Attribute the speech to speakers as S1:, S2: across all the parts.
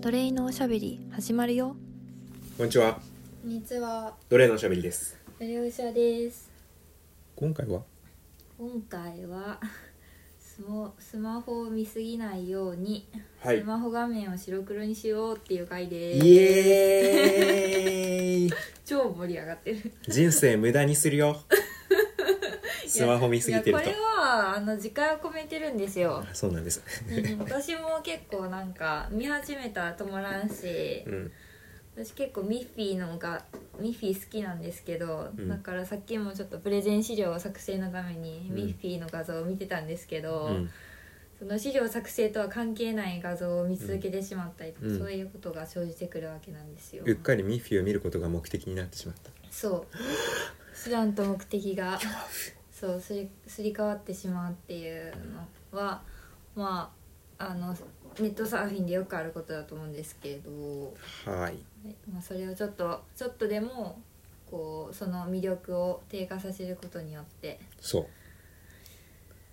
S1: トレイのおしゃべり始まるよ
S2: こんにちは、
S3: こんにちは、
S2: 奴隷のおしゃべりです。
S3: うりうしゃです。
S2: 今回は
S3: 今回はスマスマホを見すぎないように、
S2: はい
S3: ス。マホ画面を白黒にしようっていう回です。
S2: イ エーイ
S3: 超盛り上がってる。
S2: 人生無駄にする よ。スマホ見すぎ
S3: い
S2: てると
S3: やこ。れはあの時間を込めてるんですよ。
S2: あ そうなんです。
S3: 私も結構なんか見始めたら止まらんし
S2: う、ん。
S3: 私結構ミッフィーのがミッフィー好きなんですけど、
S2: うん
S3: だからさっきもちょっとプレゼン資料を作成のために
S2: うん
S3: ミッフィーの画像を見てたんですけど。
S2: うん。
S3: その資料作成とは関係ない画像を見続けてしまったりとか、
S2: うん
S3: そういうことが生じてくるわけなんですよ。
S2: うっかりミッフィーを見ることが目的になってしまった。
S3: そう手段と目的がそうすりすり替わってしまうっていうのはまああのネットサーフィンでよくあることだと思うんですけれど、
S2: はーい。
S3: はいまあ、それをちょっとちょっとでもこうその魅力を低下させることによって
S2: そう。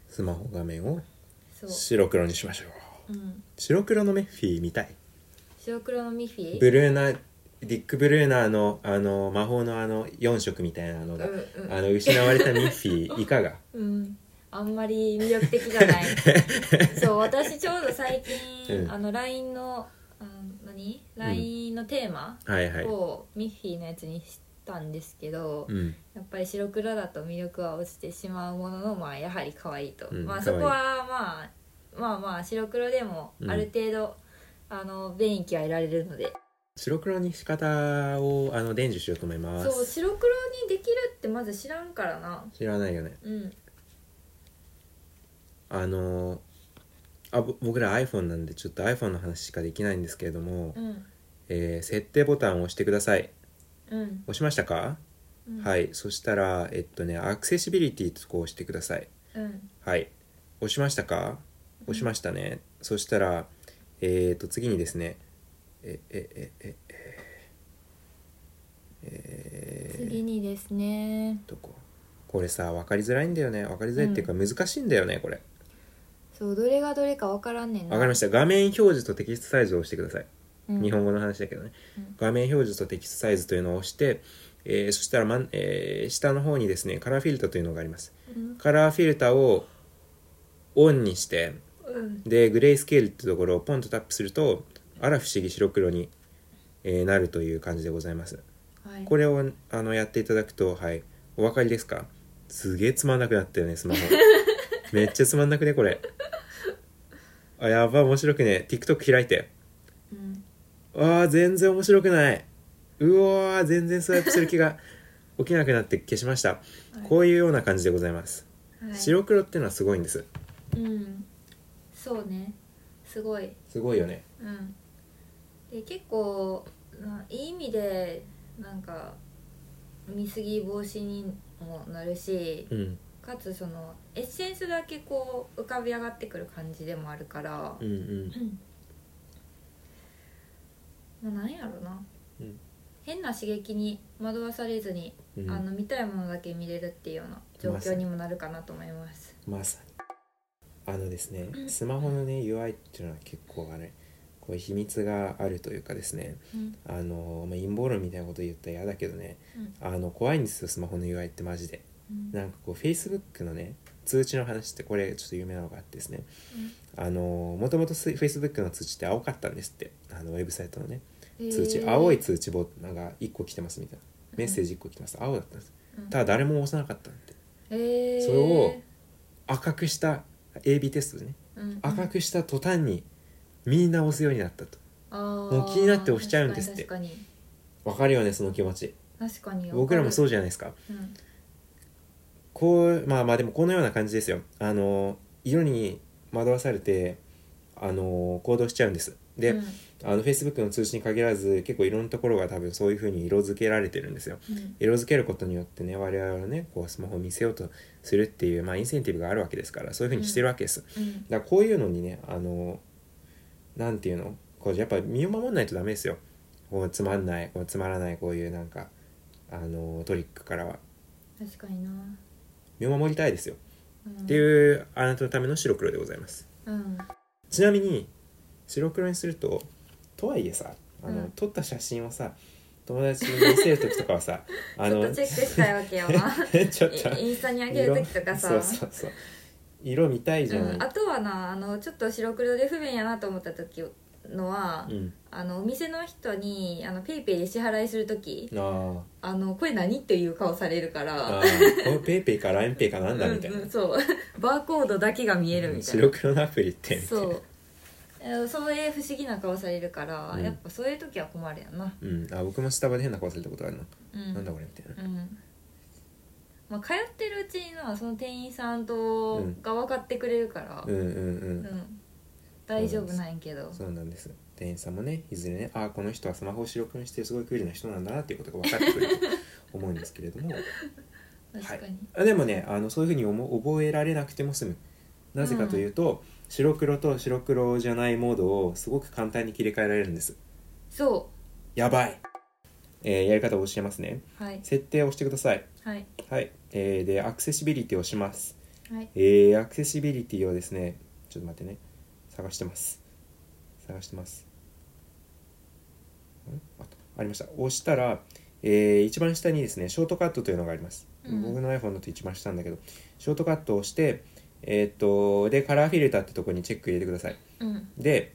S2: スマホ画面を
S3: そう、
S2: 白黒にしましょう。
S3: うん、
S2: 白黒のミッフィー見たい。
S3: 白黒のミッフィー
S2: ブルーナ、ディック・ブルーナーのあの魔法のあの4色みたいなのが、
S3: うんうん
S2: あの失われたミッフィーいかが
S3: うん、あんまり魅力的じゃない そう私ちょうど最近、
S2: うん
S3: あの LINE のあの何 LINE のテーマ
S2: はいはい。
S3: をミッフィーのやつにしたんですけど、
S2: うん。
S3: やっぱり白黒だと魅力は落ちてしまうもののまあやはり可愛いと、
S2: うん
S3: まあ
S2: 可
S3: そ
S2: 愛い
S3: こはまあまあまあ白黒でもある程度、あの便益は得られるので
S2: 白黒に仕方をあの伝授しようと思いま
S3: そう
S2: す
S3: 白黒にできるってまず知らんからな
S2: 知らないよね
S3: うん
S2: あのあぼ僕ら iPhone なんでちょっと iPhone の話しかできないんですけれども、
S3: うん
S2: えー設定ボタンを押してください
S3: うん、
S2: 押しましたか、
S3: うん、、
S2: はいいそしたらえっとねアクセシビリティとこう押してください
S3: うん、
S2: はい押しましたか押しましたね、そしたらえっと次にですねええええええー
S3: 次にですね
S2: どここれさ分かりづらいんだよね分かりづらいっていうか難しいんだよね、これ
S3: そうどれがどれか分からんねんな
S2: 分かりました画面表示とテキストサイズを押してください、
S3: うん
S2: 日本語の話だけどね、
S3: うん
S2: 画面表示とテキストサイズというのを押して、えーそしたら、まんえー下の方にですねカラーフィルターというのがあります
S3: うん
S2: カラーフィルターをオンにして
S3: うん
S2: でグレースケールってところをポンとタップするとあら不思議白黒に、えーなるという感じでございます
S3: はい
S2: これをあのやっていただくとはいお分かりですかすげえつまんなくなったよ ねスマホめっちゃつまんなくねこれあやば面白くね TikTok 開いて
S3: うん
S2: あー全然面白くないうわー全然スワイプする気が起きなくなって消しました、こういうような感じでございます、
S3: はい
S2: 白黒ってのはすごいんです
S3: うんそうねすごい
S2: すごいよね
S3: うんで結構ないい意味でなんか見過ぎ防止にもなるし
S2: うん
S3: かつそのエッセンスだけこう浮かび上がってくる感じでもあるから
S2: うんうん
S3: まあなんやろな、
S2: うん
S3: 変な刺激に惑わされずに
S2: うん
S3: あの見たいものだけ見れるっていうような状況にもなるかなと思います。
S2: まさにあのですね
S3: うん
S2: スマホのね UI っていうのは結構あれこう秘密があるというかですね
S3: うん
S2: あの、まあ、陰謀論みたいなこと言ったら嫌だけどね
S3: うん
S2: あの怖いんですよスマホの UI ってマジで
S3: うん
S2: なんかこう Facebook のね通知の話ってこれちょっと有名なのがあってですねあのもともと Facebook の通知って青かったんですってあのウェブサイトのね
S3: うん
S2: 通知、
S3: えー
S2: 青い通知ボタンが1個来てますみたいなメッセージ1個来てます、青だったんです
S3: うん
S2: ただ誰も押さなかったんで
S3: えー
S2: それを赤くした AB テストでね
S3: うんうん
S2: 赤くした途端にみんな押すようになったと
S3: あー
S2: もう気になって押しちゃうんですって
S3: 確かに
S2: わかるよねその気持ち
S3: 確かに
S2: 僕らもそううじゃないですか
S3: うん
S2: こうまあまあでもこのような感じですよあの色に惑わされてあの行動しちゃうんですで、
S3: うん
S2: あの Facebook の通知に限らず結構いろんなところが多分そういう風に色付けられてるんですよ
S3: うん
S2: 色付けることによってね我々はねこうスマホを見せようとするっていう、まあ、インセンティブがあるわけですからそういう風にしてるわけです、
S3: うん
S2: だからこういうのにねあのなんていうのこうやっぱ身を守んないとダメですよこうつまんないこうつまらないこういうなんかあのトリックからは
S3: 確かにな、
S2: 身を守りたいですよ、
S3: うん、
S2: っていうあなたのための白黒でございます
S3: うん
S2: ちなみに白黒にするととはいえさあの、
S3: うん
S2: 撮った写真をさ友達に見せる時とかはさあ
S3: ちょっ
S2: の
S3: とチェックしたいわ けよな
S2: ちょっと
S3: インスタに上げる時とかさ
S2: 色そうそうそう色見たいじゃ
S3: うん、あ
S2: ん、
S3: とはなあのちょっと白黒で不便やなと思った時のは、
S2: うん、
S3: あのお店の人にあのペイペイで支払いする時
S2: あー
S3: あのこれ何っていう顔されるから
S2: あーこのペイペイか LINEPay かなんだみたいな、
S3: うんうん、そう バーコードだけが見えるみたいな
S2: 白黒のアプリってみたいな
S3: そうえーそれ不思議な顔されるから、
S2: うん
S3: やっぱそういう時は困るやんな、
S2: うん、あ僕もスタバで変な顔されたことあるの、
S3: うん、
S2: なんだこれみたいな
S3: うんまあ、通ってるうちになその店員さん
S2: う
S3: と
S2: ん
S3: が分かってくれるから、
S2: うんうんうん、
S3: うん大丈夫なんやけど、
S2: そうなんです店員さんもねいずれねああこの人はスマホを白黒にしてすごいクールな人なんだなっていうことが分かってくると思うんですけれども
S3: 確かに、
S2: あでもねあのそういうふうに思覚えられなくても済むなぜかというと、白黒と白黒じゃないモードをすごく簡単に切り替えられるんです
S3: そ
S2: やばい、えーやり方を教えますね
S3: うはい
S2: 設定を押してください
S3: はい
S2: はい、えーでアクセシビリティを押します
S3: はい
S2: えー、アクセシビリティをですねちょっと待ってね探してます探してますんあありました押したら、えー一番下にですねショートカットというのがあります、
S3: うん
S2: 僕の iPhone だと一番下なんだけどショートカットを押してえーっとでカラーフィルターってとこにチェック入れてください
S3: うん
S2: で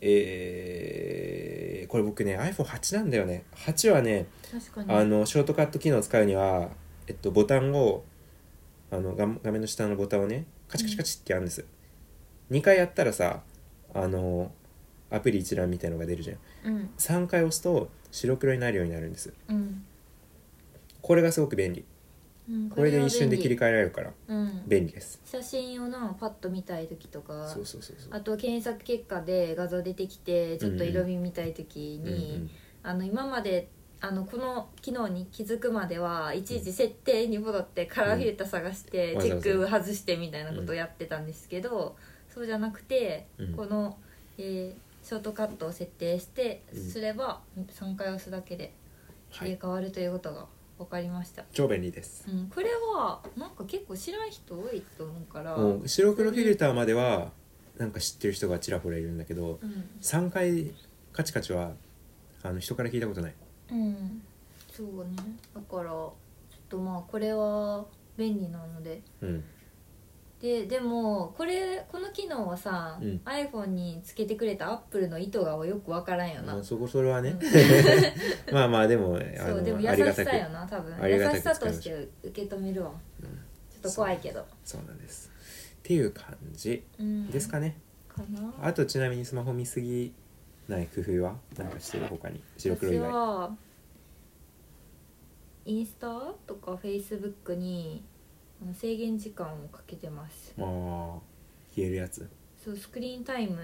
S2: えーこれ僕ね iPhone8 なんだよね8はね
S3: 確か
S2: あ
S3: に
S2: のショートカット機能を使うには、えっと、ボタンをあの画画面の下のボタンをねカチカチカチってやるんです、2回やったらさあのアプリ一覧みたいのが出るじゃ
S3: う
S2: ん
S3: ん
S2: 3回押すと白黒になるようになるんです
S3: うん、
S2: これがすごく便利
S3: うん、
S2: これで一瞬で切り替
S3: え、
S2: えられるから
S3: うん、
S2: 便利です
S3: 写真をなパッと見たい時とか
S2: そうそうそうそう
S3: あと検索結果で画像出てきてちょっと色味見たい時
S2: うんう
S3: に、
S2: ん
S3: あの今まであのこの機能に気づくまではいちいち設定に戻ってカラーフィルター探して
S2: うん
S3: チェック外してみたいなことをやってたんですけど、そうじゃなくて、
S2: うん
S3: この、えーショートカットを設定して
S2: うん
S3: すれば3回押すだけで
S2: は
S3: 入れ
S2: い
S3: 替わるということが分かりました、
S2: 超便利です
S3: うん、これはなんか結構知らん人多いと思うから、
S2: もう白黒フィルターまではなんか知ってる人がちらほらいるんだけど
S3: うん
S2: 3回カチカチはあの人から聞いたことない
S3: うん、そうねだからちょっとまあこれは便利なので
S2: うん
S3: ででもこれこの機能はさ、
S2: うん
S3: iPhone につけてくれたアップルの意図がよくわからんよな、
S2: まあ、
S3: そ
S2: そこそれ はね、まあまあでもあ
S3: うでも
S2: のあり
S3: 優
S2: が
S3: した
S2: く
S3: さよな多分
S2: ありが
S3: 優
S2: たく
S3: しさとして受け止めるわ、ちょっと怖いけど
S2: そうなんですっていう感じ
S3: うん
S2: ですかね、
S3: かな
S2: あとちなみにスマホ見すぎない工夫は何かしてる他に白黒以
S3: 私
S2: 外
S3: はインスタとか Facebook にあの制限時間をかけてます
S2: まあ消えるやつ
S3: そうスクリーンタイム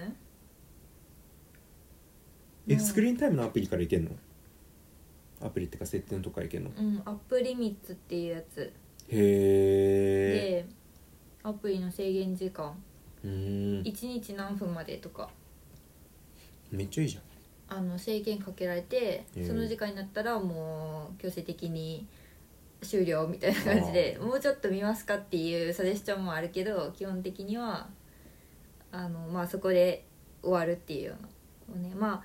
S2: え、
S3: うん
S2: スクリーンタイムのアプリからいけんのアプリってか設定のとこからいけんのへ
S3: うんアップリミッツっていうやつ
S2: え
S3: でアプリの制限時間
S2: うーん
S3: 1日何分までとか
S2: めっちゃいいじゃ
S3: あの制限かけられて、
S2: うん
S3: その時間になったらもう強制的に終了みたいな感じでもうちょっと見ますかっていうサジェスチョンもあるけど基本的にはあの、まあ、そこで終わるっていうような、ねま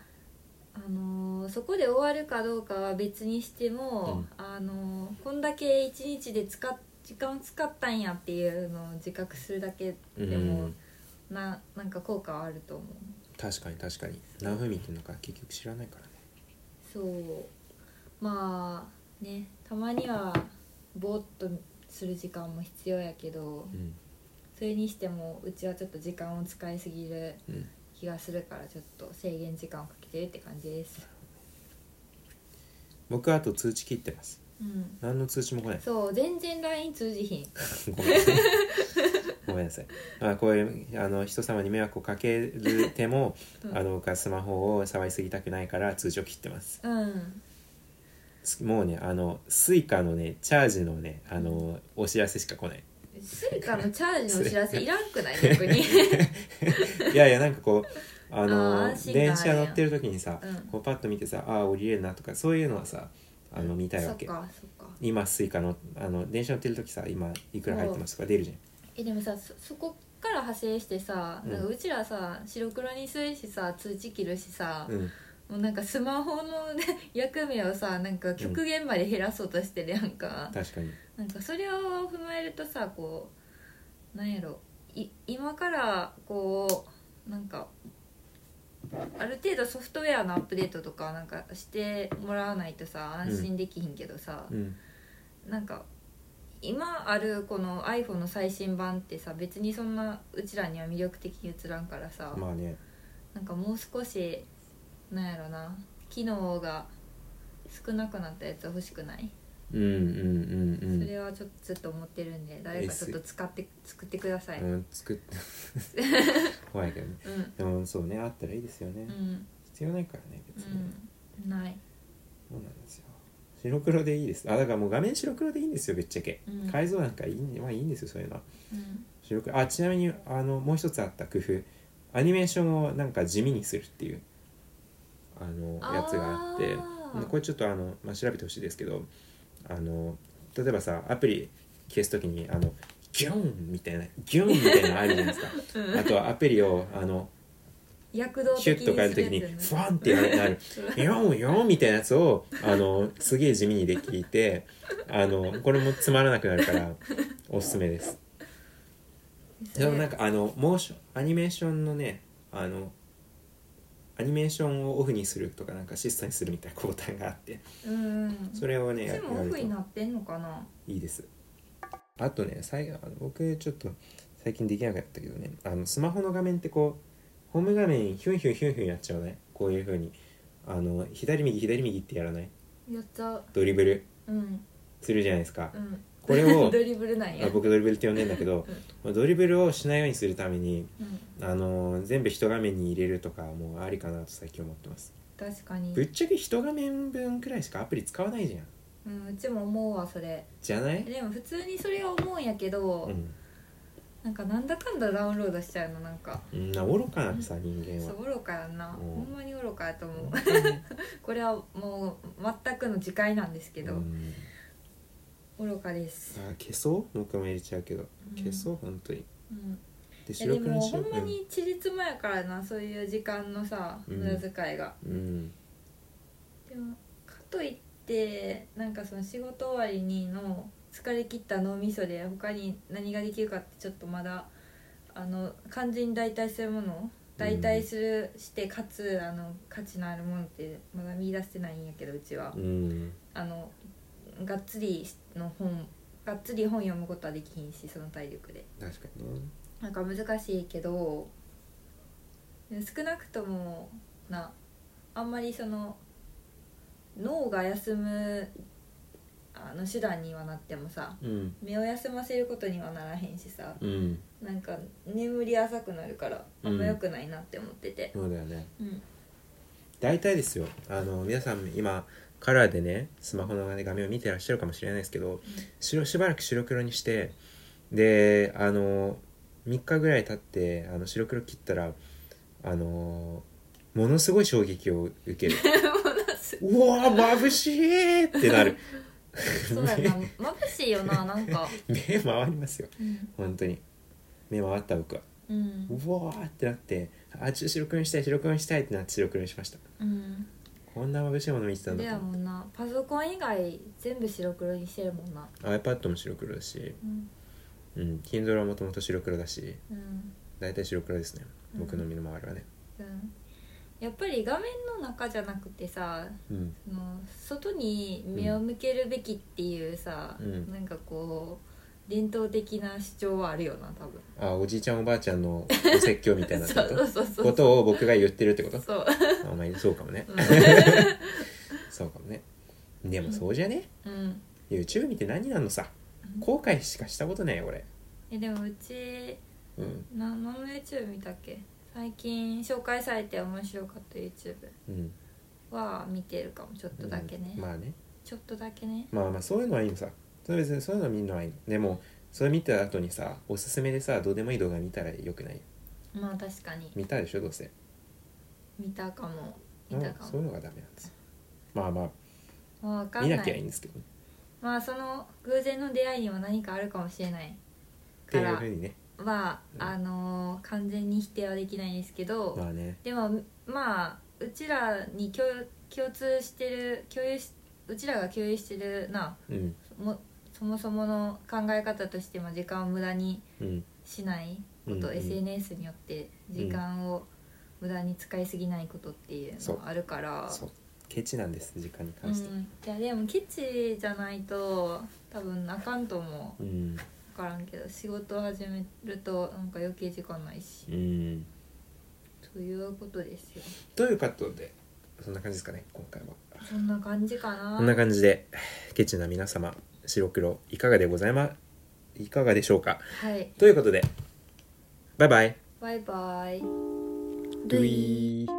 S3: ああのーそこで終わるかどうかは別にしても、あのーこんだけ1日で使っ時間を使ったんやっていうのを自覚するだけ
S2: ん
S3: でも、
S2: うん
S3: ななんか効果はあると思う。
S2: 確かに確かに何分見てんのか結局知らないからね
S3: そうまあねたまにはぼーっとする時間も必要やけど
S2: うん
S3: それにしてもうちはちょっと時間を使いすぎる
S2: うん
S3: 気がするからちょっと制限時間をかけてるって感じです
S2: 僕はあと通知切ってます
S3: うん
S2: 何の通知も来ない
S3: そう全然 LINE 通じ ひん
S2: ごめんなさい。ごめんなさい。あこういうあの人様に迷惑をかける手も、
S3: うん
S2: あの僕はスマホを触りすぎたくないから通常切ってます。
S3: うん
S2: すもうねあのスイカのねチャージのねあのお知らせしか来ない。
S3: スイカのチャージのお知らせいらんく ない逆に
S2: いやいやなんかこうあの
S3: あー安心感あるやん
S2: 電車乗ってる時にさ、
S3: うん
S2: こうパッと見てさあー降りれるなとかそういうのはさあの見たい
S3: そ
S2: わ
S3: っ
S2: け。
S3: かそっか
S2: 今スイカのあの電車乗ってる時さ今いくら入ってますとか出るじゃん。
S3: えでもさそそこから派生してさ、
S2: うん
S3: なんかうちらさ白黒にするしさ通知切るしさ、
S2: うん
S3: もうなんかスマホの、ね、役目をさなんか極限まで減らそうとしてるやんか、
S2: 確かに
S3: なんかそれを踏まえるとさこうなんやろい今からこうなんかある程度ソフトウェアのアップデートとかなんかしてもらわないとさ安心できひんけどさ、
S2: うん
S3: なんか今あるこの iPhone の最新版ってさ別にそんなうちらには魅力的に映らんからさ、
S2: まあね
S3: なんかもう少しなんやろな機能が少なくなったやつ欲しくない、
S2: うんうんうん
S3: それはちょっとずっと思ってるんで誰かちょっと使って作ってください、
S2: うんうん作って 怖いけどね
S3: うん
S2: でもそうねあったらいいですよね、
S3: うん
S2: 必要ないからね別に、
S3: うんない
S2: そうなんですよ白黒でいいですあだからもう画面白黒でいいんですよぶっちゃけ、
S3: うん
S2: 解像なんかいい,、まあ、いいんですよそういうのは
S3: うん
S2: 白黒あちなみにあのもう一つあった工夫アニメーションをなんか地味にするっていうあの
S3: あー
S2: やつがあってこれちょっとあの、まあ、調べてほしいですけどあの例えばさアプリ消すときにあのギュンみたいなギュンみたいなのあるじゃないですか、あとはアプリをあの
S3: 躍動
S2: ヒュ
S3: 的
S2: ッと変えるときに
S3: すやつ
S2: フ
S3: よね
S2: ワンってなる「ヨンヨン」みたいなやつをあのすげえ地味にできてあのこれもつまらなくなるからおすすめですでもなんかあのモーションアニメーションのねあのアニメーションをオフにするとかなんかシストにするみたいなボタンがあって
S3: うん
S2: それをねや
S3: で
S2: る
S3: もオフに
S2: と
S3: なってんのかない
S2: いですあとね最後あの僕ちょっと最近できなかったけどねあのスマホの画面ってこうホーム画面ヒュンヒュンヒュンヒュンやっちゃわないこういう風にあの左右左右ってやらない
S3: やっちゃう
S2: ドリブル
S3: うん
S2: するじゃないですか
S3: う、ん
S2: これを
S3: ドリブルなんや
S2: あ僕ドリブルって呼んでんだけど、ドリブルをしないようにするために
S3: うん、
S2: あの全部一画面に入れるとかもうありかなと最近思ってます
S3: 確かに
S2: ぶっちゃけ一画面分くらいしかアプリ使わないじゃん
S3: うん、うちも思うわそれ
S2: じゃない
S3: でも普通にそれは思うんやけど、
S2: うん
S3: なんかなんだかんだダウンロードしちゃうのなんか
S2: うんな愚かなさ人間
S3: そ
S2: は
S3: う愚かやんな
S2: うん
S3: ほんまに愚かやと思う
S2: 本当にね
S3: これはもう全くの自戒なんですけ
S2: う
S3: ど、
S2: ん
S3: 愚かです、
S2: あ消そう僕も入れちゃうけど
S3: うん
S2: 消そう本当に
S3: うん、
S2: で
S3: いやで
S2: 白黒
S3: も
S2: にし
S3: ほ
S2: よ
S3: ん
S2: う
S3: まにちりつもやからなそういう時間のさ
S2: うん
S3: 無駄遣いが、
S2: うんうん
S3: でもかといってなんかその仕事終わりにの疲れ切った脳みそで他に何ができるかってちょっとまだあの完全に代替するもの代替するしてかつあの価値のあるものってまだ見出してないんやけどうちは
S2: うん
S3: あのがっつりの本がっつり本読むことはできひんしその体力で
S2: 確かにね
S3: なんか難しいけど少なくともなあんまりその脳が休むあの手段にはなってもさ
S2: うん
S3: 目を休ませることにはならへんしさ
S2: うん
S3: なんか眠り浅くなるからあんま良くないなって思ってて
S2: そうだよね
S3: うん
S2: 大体ですよあの皆さん今カラーでねスマホの画面を見てらっしゃるかもしれないですけど白しばらく白黒にしてであの3日ぐらい経ってあの白黒切ったらあのものすごい衝撃を受 けるうわー眩しいってなる
S3: そうやな眩しいよ ななんか
S2: 目回りますよ
S3: うん、
S2: 本当に目回った僕は
S3: うん
S2: うわーってなってあちょっと白黒にしたい白黒にしたいってなって白黒にしました
S3: うん、
S2: こんな眩しいもの見てたん
S3: でや
S2: だ
S3: もんなパソコン以外全部白黒にしてるもんな
S2: iPad も白黒だし
S3: うん、
S2: うん、Kindle はもともと白黒だし
S3: うん
S2: 大体白黒ですね
S3: うん
S2: 僕の身の回りはね
S3: うんやっぱり画面の中じゃなくてさ
S2: うん
S3: その外に目を向けるべきっていうさ、
S2: うん
S3: なんかこう伝統的な主張はあるよな多分
S2: あおじいちゃんおばあちゃ んのお説教みたいなこ
S3: そ
S2: と
S3: うそうそう
S2: こ
S3: そう
S2: とを僕が言ってるってこと
S3: そう
S2: あまあそうかも ねそうかもねでもそうじゃね
S3: うん、
S2: YouTube 見て何なんのさ
S3: うん
S2: 後悔しかしたことないよ俺
S3: えでもうち
S2: うん
S3: な何の YouTube 見たっけ最近紹介されて面白かった YouTube
S2: うん
S3: は見てるかもちょっとだけね、
S2: うんまあね
S3: ちょっとだけね
S2: まあまあそういうのはいいのさそれは別にそういうのは見るのはいいのでもそれ見た後にさおすすめでさどうでもいい動画見たらよくない
S3: まあ確かに
S2: 見たでしょどうせ
S3: 見たかも見た
S2: あ
S3: か
S2: そういう
S3: も
S2: のがダメなんですよまあま
S3: まあわ
S2: あ
S3: かん
S2: 見
S3: ない
S2: なきゃいいんですけどね
S3: まあその偶然の出会いには何かあるかもしれない
S2: っ
S3: か
S2: ていう
S3: ら
S2: ふうにね
S3: は、あの完全に否定はできないですけど、
S2: まあね
S3: でもまあうちらに共共通してる共有しうちらが共有してるな
S2: うん
S3: もそもそもの考え方としても時間を無駄に
S2: うん
S3: しないこと、
S2: うんうん
S3: SNS によって時間を無駄に使いすぎないことっていう
S2: そう
S3: のがあるから
S2: そうケチなんです時間に
S3: う
S2: 関して
S3: ん、いやでもケチじゃないと多分あかんと思う
S2: うん
S3: 分からんけど仕事を始めるとなんか余計時間ないし
S2: うん
S3: ということですよ
S2: ということでそんな感じですかね今回は
S3: そんな感じかな
S2: こんな感じでケチな皆様白黒いかがでございまいかがでしょうか
S3: はい
S2: ということでバイバイ
S3: バイバイ
S1: ルイ
S2: ー